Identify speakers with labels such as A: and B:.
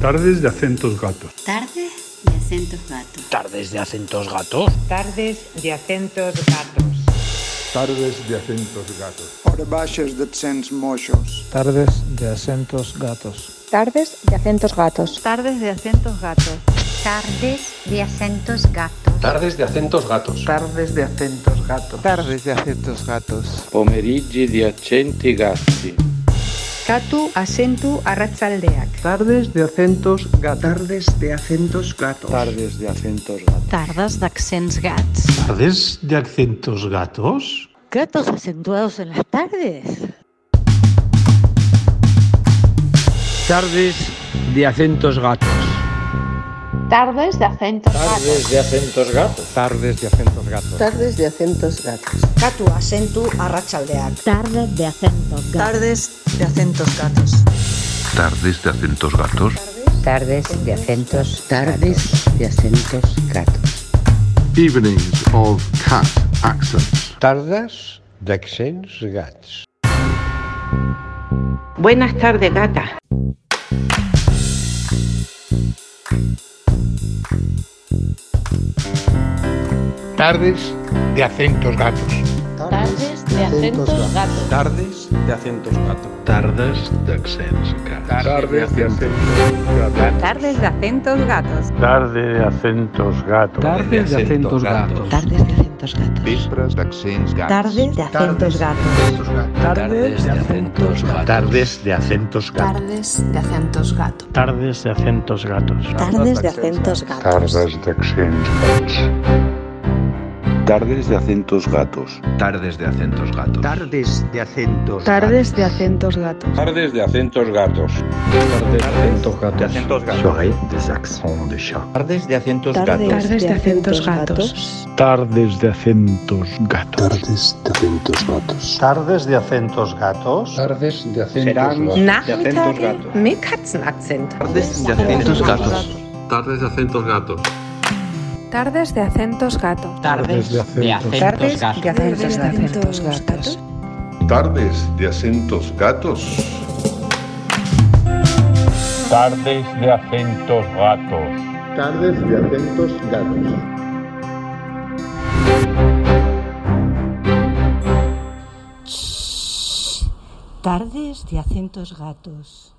A: Tardes de acentos gatos.
B: Tardes de acentos gatos.
C: Tardes de acentos gatos.
D: Tardes de acentos gatos.
A: Tardes de acentos gatos.
E: Orbaixes de accents moixos.
F: Tardes de acentos gatos.
G: Tardes de acentos gatos.
H: Tardes de acentos gatos.
I: Tardes de acentos gatos.
J: Tardes de acentos gatos.
K: Tardes de acentos gatos.
L: Tardes de acentos gatos.
M: Pomeriggi di accenti gatti.
N: Catu acentu arratzaldeak.
O: Tardes de acentos gatos.
P: Tardes de acentos gatos.
Q: Tardes de acentos gatos.
R: Tardes de accents gats.
A: Tardes de acentos gatos.
S: Gatos acentuados en las tardes.
C: Tardes de acentos gatos.
T: Tardes de acentos gatos.
C: Tardes de acentos gatos.
K: Tardes
L: Tardes de acentos gatos.
K: de acentos gatos.
G: Catu acentu arratsaldeak.
B: Tardes de acentos gatos.
G: Tardes de acentos gatos.
A: Tardes de acentos gatos.
I: Tardes de acentos.
G: Tardes de acentos gatos.
A: Evenings of cat accents.
L: Tardes de accents gats.
D: Buenas tardes, gata.
A: Tardes de acentos gatos.
H: Tardes de acentos gatos.
L: Tardes de acentos gatos.
A: Tardes de acentos gatos.
L: Tardes de acentos
I: gatos. Tardes de acentos gatos.
A: Tardes de acentos gatos.
F: Tardes de acentos gatos.
G: Tardes de acentos gatos.
A: Vespres d'accents
G: gatos. Tardes de acentos gatos.
C: Tardes de acentos gatos.
A: Tardes de acentos gatos.
G: Tardes de acentos gatos.
F: Tardes de acentos gatos.
G: Tardes de
A: Tardes de
G: acentos gatos.
A: accents gats.
M: Tardes de acentos gatos.
C: Tardes de acentos gatos.
L: Tardes de acentos.
G: Tardes de acentos gatos.
M: Tardes de acentos gatos.
L: Tardes de acentos gatos.
C: De acentos gatos.
L: Soirée des accents de chat.
C: Tardes de acentos
G: Tardes
C: gatos.
G: de acentos gatos.
A: Tardes de acentos gatos.
M: Tardes de acentos gatos.
L: Tardes de acentos gatos.
A: Tardes de acentos
D: gatos. de acentos gatos. Mit Katzenakzent.
L: Tardes de acentos gatos.
J: Tardes de acentos gatos.
G: Tardes de acentos gato.
C: Tardes de acentos gato.
G: Tardes de acentos gatos.
A: Tardes de acentos gatos. Tardes de acentos gatos.
M: Tardes de acentos gatos.
G: Tardes de acentos gatos.